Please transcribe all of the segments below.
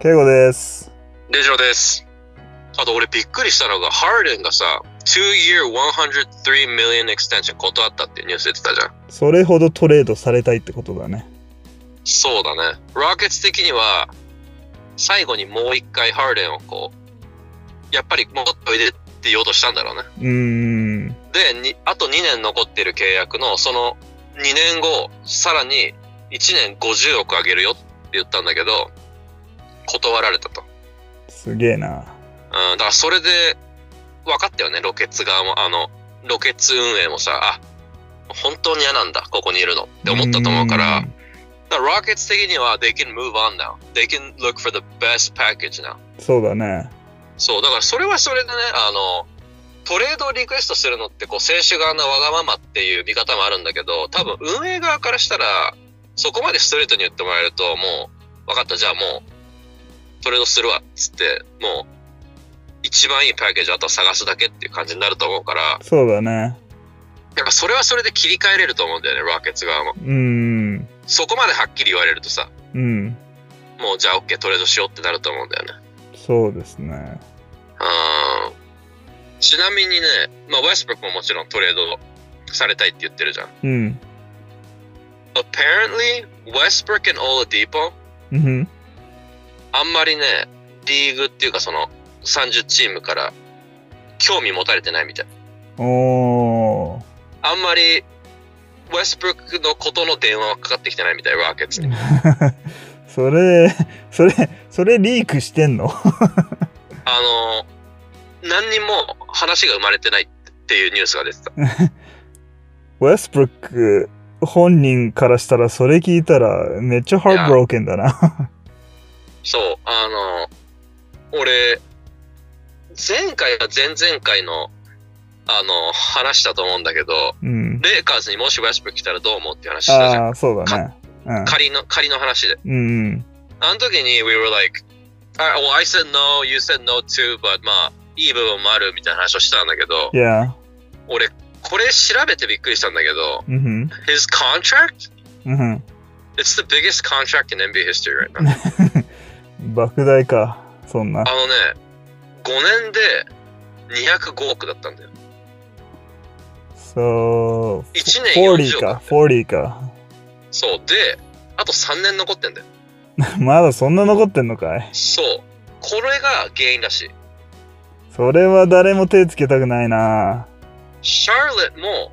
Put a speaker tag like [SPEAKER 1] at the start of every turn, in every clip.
[SPEAKER 1] ケイゴです。
[SPEAKER 2] レジロです。あと俺びっくりしたのが、ハーデンがさ、2 year 103 million extension 断ったってニュース出てたじゃん。
[SPEAKER 1] それほどトレードされたいってことだね。
[SPEAKER 2] そうだね。ロケッツ的には、最後にもう一回ハーデンをこう、やっぱり戻っておいでって言おうとしたんだろうね。
[SPEAKER 1] うーん。
[SPEAKER 2] で、にあと2年残ってる契約の、その2年後、さらに1年50億あげるよって言ったんだけど、断られたと。
[SPEAKER 1] すげえな。
[SPEAKER 2] うん、だからそれで分かったよね、ロケッツ側も、あの、ロケッツ運営もさ、あ、本当に嫌なんだ、ここにいるのって思ったと思うか
[SPEAKER 1] ー
[SPEAKER 2] ら、
[SPEAKER 1] ん。
[SPEAKER 2] だからロケッツ的には、they can move on now. They can look for the best package now.
[SPEAKER 1] そうだね。
[SPEAKER 2] そう、だからそれはそれでね、あの、トレードをリクエストするのって、こう、選手側のわがままっていう見方もあるんだけど、多分運営側からしたら、そこまでストレートに言ってもらえると、もう、分かった、じゃあもう、トレードするわ、っつって、もう、一番いいパッケージあとは探すだけっていう感じになると思うから、
[SPEAKER 1] そうだね。
[SPEAKER 2] やっぱそれはそれで切り替えれると思うんだよね、ロケッツ側も。
[SPEAKER 1] うーん。
[SPEAKER 2] そこまではっきり言われるとさ、
[SPEAKER 1] うん。
[SPEAKER 2] もうじゃあ OK トレードしようってなると思うんだよね。
[SPEAKER 1] そうですね。
[SPEAKER 2] あーちなみにね、まあ、ウェストブルックももちろんトレードされたいって言ってるじゃん。
[SPEAKER 1] うん。
[SPEAKER 2] Apparently, Westbrook and Oladipo、
[SPEAKER 1] うん。
[SPEAKER 2] あんまりね、リーグっていうかその30チームから興味持たれてないみたい。
[SPEAKER 1] おー。
[SPEAKER 2] あんまり、ウェストブルックのことの電話はかかってきてないみたい、ワーケッツに。
[SPEAKER 1] それ、それ、それリークしてんの
[SPEAKER 2] あの、何にも話が生まれてないっていうニュースが出てた。
[SPEAKER 1] ウェストブルック本人からしたらそれ聞いたらめっちゃハーブローケンだな。
[SPEAKER 2] そう、あの、俺、前回か前々回の、あの、話したと思うんだけど、
[SPEAKER 1] うん。
[SPEAKER 2] レイカーズにもしウェストブルック来たらどう思うっていう話したじゃん。
[SPEAKER 1] ああ、そうだね。うん。
[SPEAKER 2] 仮の、仮の話で。
[SPEAKER 1] うんうん。
[SPEAKER 2] あの時に、we were like, I, well, I said no, you said no too, but まあ、いい部分もあるみたいな話をしたんだけど、
[SPEAKER 1] Yeah.
[SPEAKER 2] 俺、これ調べてびっくりしたんだけど、
[SPEAKER 1] うん。
[SPEAKER 2] his contract?
[SPEAKER 1] うん。
[SPEAKER 2] It's the biggest contract in NBA history right now.
[SPEAKER 1] 莫大か。そんな
[SPEAKER 2] あ。のね、5年で205億だったんだよ。
[SPEAKER 1] そう。
[SPEAKER 2] 1年
[SPEAKER 1] 40
[SPEAKER 2] 40
[SPEAKER 1] か
[SPEAKER 2] 億。。
[SPEAKER 1] 40か。
[SPEAKER 2] そう。で、あと3年残ってんだよ。
[SPEAKER 1] まだそんな残ってんのかい。
[SPEAKER 2] そう。これが原因らしい。
[SPEAKER 1] それは誰も手つけたくないな。
[SPEAKER 2] シャーレットも、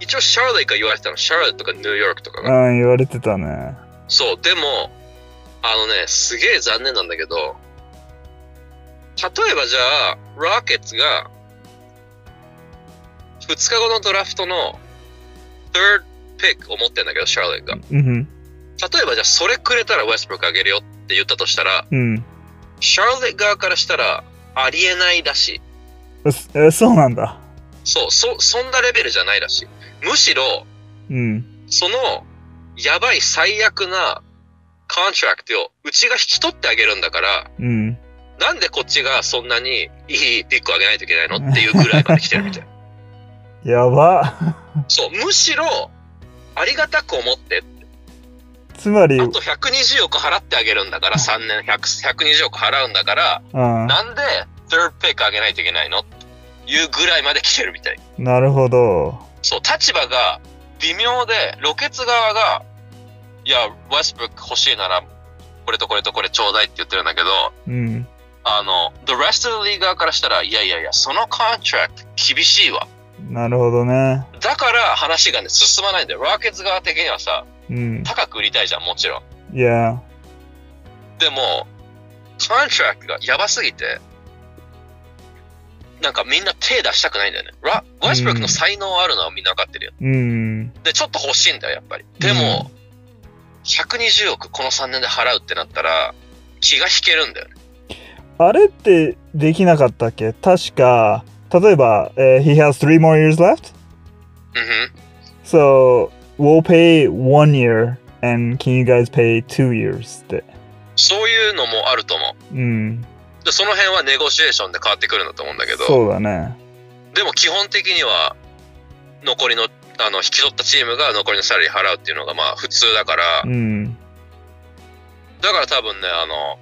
[SPEAKER 2] 一応シャーレットが言われてたの。シャーレットとかニューヨークとか
[SPEAKER 1] うん
[SPEAKER 2] が。、
[SPEAKER 1] 言われてたね。
[SPEAKER 2] そう。でも、あのね、すげえ残念なんだけど、例えばじゃあ、ロケッツが、2日後のドラフトの、third pick を持ってんだけど、シャーレットが。
[SPEAKER 1] うん。
[SPEAKER 2] 例えばじゃあ、それくれたらウェストブルックあげるよって言ったとしたら、
[SPEAKER 1] うん。
[SPEAKER 2] シャーレット側からしたらありえないらしい。
[SPEAKER 1] えそえ、そうなんだ。
[SPEAKER 2] そう、そ、そんなレベルじゃないらしい。むしろ、
[SPEAKER 1] うん。
[SPEAKER 2] その、やばい最悪なコントラクトをうちが引き取ってあげるんだから、
[SPEAKER 1] うん。
[SPEAKER 2] なんでこっちがそんなにいいピックをあげないといけないのっていうぐらいまで来てるみたい。
[SPEAKER 1] やば。
[SPEAKER 2] そう、むしろ、ありがたく思って、
[SPEAKER 1] つまり、
[SPEAKER 2] あ
[SPEAKER 1] うん。
[SPEAKER 2] と120億払ってあげるんだから、3年100 120億払うんだから、なんで、third pick あげないといけないのっていうぐらいまで来てるみたい。
[SPEAKER 1] なるほど。
[SPEAKER 2] そう、立場が微妙で、ロケツ側が、いや、ワストブルック欲しいなら、これとこれとこれちょうだいって言ってるんだけど、
[SPEAKER 1] うん。
[SPEAKER 2] あの、the rest of the league 側からしたら、いやいやいや、そのコントラクト厳しいわ。
[SPEAKER 1] なるほどね。
[SPEAKER 2] だから話がね、進まないんだよ。ロケツ側的にはさ、
[SPEAKER 1] うん。
[SPEAKER 2] 高く売りたいじゃん、もちろん。
[SPEAKER 1] いや、
[SPEAKER 2] でも、コントラクトがやばすぎて、なんかみんな手出したくないんだよね。ラワストブルックの才能あるのはみんな分かってるよ。
[SPEAKER 1] うん。
[SPEAKER 2] で、ちょっと欲しいんだよ、やっぱり。でも、120億この3年で払うってなったら、気が引けるんだよね。
[SPEAKER 1] あれってできなかったっけ確か、例えば、えー He has three more years left?
[SPEAKER 2] うんふん
[SPEAKER 1] So, we'll pay one year and can you guys pay two years? って。
[SPEAKER 2] そういうのもあると思
[SPEAKER 1] うん。
[SPEAKER 2] う。で、その辺はネゴシエーションで変わってくるんだと思うんだけど、
[SPEAKER 1] そうだね。
[SPEAKER 2] でも基本的には、残りの、あの、引き取ったチームが残りのサラリー払うっていうのがまあ普通だから
[SPEAKER 1] う、ん。
[SPEAKER 2] だから多分ね、あの、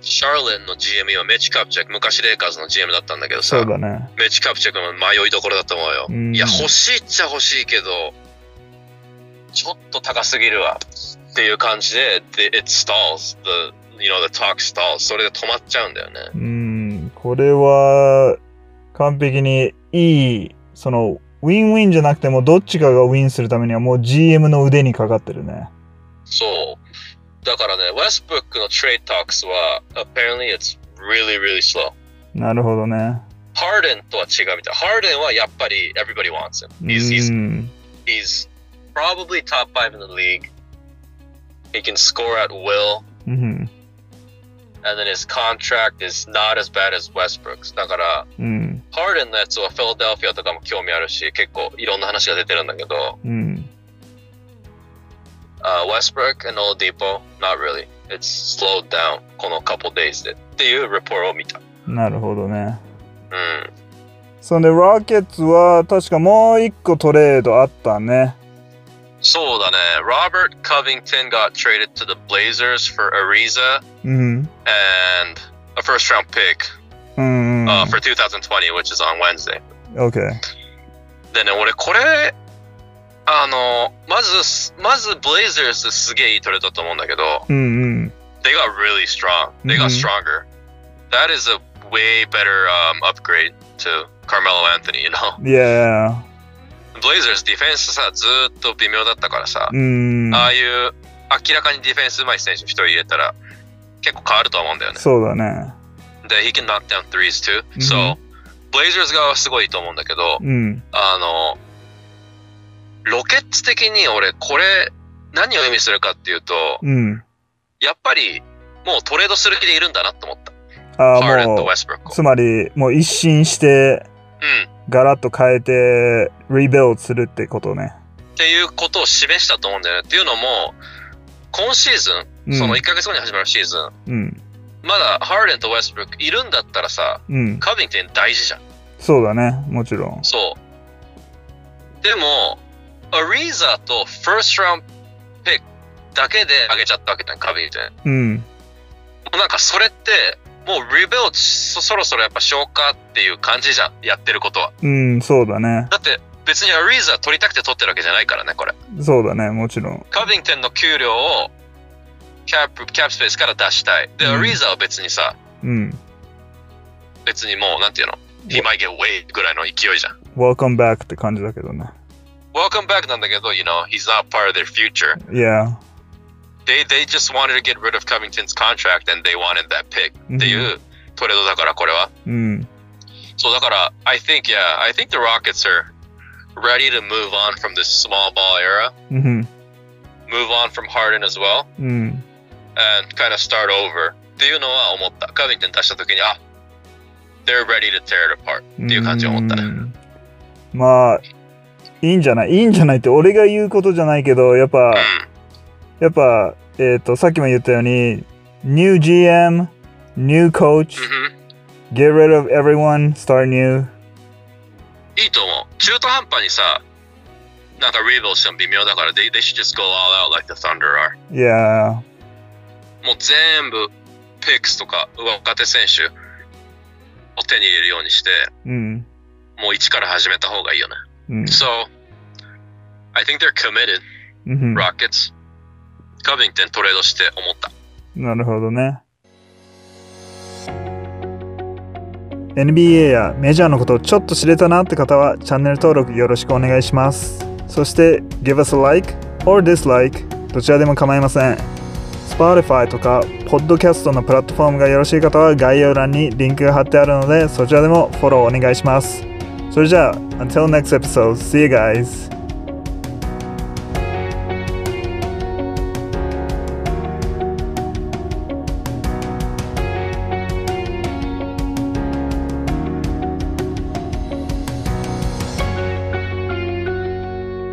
[SPEAKER 2] シャーレンの GM 今メチカプチェク、昔レイカーズの GM だったんだけど
[SPEAKER 1] そ
[SPEAKER 2] さ
[SPEAKER 1] う、だね。
[SPEAKER 2] メチカプチェクも迷いどころだと思うよ。
[SPEAKER 1] うん
[SPEAKER 2] いや、欲しいっちゃ欲しいけど、ちょっと高すぎるわっていう感じで、で it stalls, the, you know, the talk stalls, それで止まっちゃうんだよね。
[SPEAKER 1] うん、これは完璧にいい、その、ウィンウィンじゃなくても、どっちかがウィンするためにはもう GM の腕にかかってるね。
[SPEAKER 2] そう。だからね、Westbrook の trade talks は、apparently it's really, really slow.
[SPEAKER 1] なるほどね。
[SPEAKER 2] Harden とは違うみたい。Harden はやっぱり everybody wants him.
[SPEAKER 1] う
[SPEAKER 2] He's, he's
[SPEAKER 1] ん、
[SPEAKER 2] He's probably top five in the league. He can score at will,
[SPEAKER 1] うん、
[SPEAKER 2] and then his contract is not as bad as Westbrook's. だから、
[SPEAKER 1] うん、
[SPEAKER 2] ハーデンのやつはフィラデルフィアとかも興味あるし、結構いろんな話が出てるんだけど、
[SPEAKER 1] うん。
[SPEAKER 2] uh, Westbrook and Old Depot, not really. It's slowed down この couple days でっていう report を見た。
[SPEAKER 1] なるほどね。
[SPEAKER 2] うん。
[SPEAKER 1] そんで、ロケッツは確かもう一個トレードあったね。
[SPEAKER 2] そうだね。Robert Covington got traded to the Blazers for Ariza
[SPEAKER 1] うん、
[SPEAKER 2] and a first round pick
[SPEAKER 1] うん、うん。
[SPEAKER 2] uh, for 2020, which is on Wednesday.
[SPEAKER 1] OK。
[SPEAKER 2] でね、俺これ、あの、まず、まずブレイザーズすげえいいトレードだと思うんだけど、
[SPEAKER 1] うん、うん。
[SPEAKER 2] They got really strong. They got
[SPEAKER 1] うん
[SPEAKER 2] stronger. That is a way better、um, upgrade to Carmelo Anthony, you know?
[SPEAKER 1] Yeah.
[SPEAKER 2] ブレイザーズディフェンスさ、ずーっと微妙だったからさ、
[SPEAKER 1] うん。
[SPEAKER 2] ああいう明らかにディフェンス上手い選手一人入れたら結構変わると思うんだよね。
[SPEAKER 1] そうだね。
[SPEAKER 2] で、he can knock down threes too.
[SPEAKER 1] うん
[SPEAKER 2] So, ブレイザーズ側はすごいいいと思うんだけど、
[SPEAKER 1] うん、
[SPEAKER 2] あの、ロケッツ的に俺、これ、何を意味するかっていうと、
[SPEAKER 1] うん。
[SPEAKER 2] やっぱり、もうトレードする気でいるんだなと思った。
[SPEAKER 1] あ
[SPEAKER 2] ハーレ
[SPEAKER 1] あ、
[SPEAKER 2] ン
[SPEAKER 1] も
[SPEAKER 2] と
[SPEAKER 1] う
[SPEAKER 2] ウ。ェストブロックを。
[SPEAKER 1] つまりもう一新して
[SPEAKER 2] うん。
[SPEAKER 1] ガラッと変えてリベルドするってことね。
[SPEAKER 2] っていうことを示したと思うんだよね。っていうのも、今シーズ
[SPEAKER 1] う
[SPEAKER 2] ン、
[SPEAKER 1] ん、
[SPEAKER 2] その1ヶ月後に始まるシーズン、
[SPEAKER 1] うん
[SPEAKER 2] まだハーレンとウェストブロックいるんだったらさ、
[SPEAKER 1] うん
[SPEAKER 2] カビングテン大事じゃん。
[SPEAKER 1] そうだねもちろん。
[SPEAKER 2] そう。でも、アリーザとファーストラウンドピックだけで上げちゃったわけじゃん、カビングテン。
[SPEAKER 1] うん
[SPEAKER 2] なんかそれって、もうリベルドそそろそろやっぱ消化っていう感じじゃん、やってることは。
[SPEAKER 1] うんそうだね
[SPEAKER 2] だって別にアリーザ取りたくて取ってるわけじゃないからね、これ。
[SPEAKER 1] そうだねもちろん。
[SPEAKER 2] カビンテンの給料をキャップ、キャップスペースから出したい。で、
[SPEAKER 1] うん
[SPEAKER 2] アリーザは別にさ、
[SPEAKER 1] うん。
[SPEAKER 2] 別にもうなんていうの、He might get way ぐらいの勢いじゃん。
[SPEAKER 1] Welcome back って感じだけどね。
[SPEAKER 2] Welcome back なんだけど、you know, he's not part of their future.
[SPEAKER 1] Yeah。
[SPEAKER 2] They, they just wanted to get rid of Covington's contract and they wanted that pick っていうトレードだから、これは。
[SPEAKER 1] うん。
[SPEAKER 2] So だから I think yeah, I think the Rockets are ready to move on from this small ball era,
[SPEAKER 1] うん。
[SPEAKER 2] move on from Harden as well,
[SPEAKER 1] うん。
[SPEAKER 2] and kind of start over っていうのは思った。カビンテン出した時にあ They're ready to tear it apart っていう感じを思ったね。
[SPEAKER 1] うんまあいいんじゃないいいんじゃないって俺が言うことじゃないけどやっぱやっぱえっ、とさっきも言ったように New GM New
[SPEAKER 2] う
[SPEAKER 1] Coach
[SPEAKER 2] ん、うん
[SPEAKER 1] Get rid of everyone, start new.
[SPEAKER 2] いいと思う。中途半端にさ、なんか rebuild しても微妙だから they, they should just go all out like the Thunder are.
[SPEAKER 1] Yeah.
[SPEAKER 2] もう全部ピックスとか若手選手を手に入れるようにして、
[SPEAKER 1] うん。
[SPEAKER 2] もう一から始めた方がいいよね。
[SPEAKER 1] うん。
[SPEAKER 2] So, I think they're committed,
[SPEAKER 1] うん、
[SPEAKER 2] Rockets. カビンテントレードして思った。
[SPEAKER 1] なるほどね。NBA やメジャーのことをちょっと知れたなって方はチャンネル登録よろしくお願いします。そして Give us a like or dislike どちらでも構いません。Spotify とか Podcast のプラットフォームがよろしい方は概要欄にリンクが貼ってあるのでそちらでもフォローお願いします。それじゃあ Until next episode, see you guys!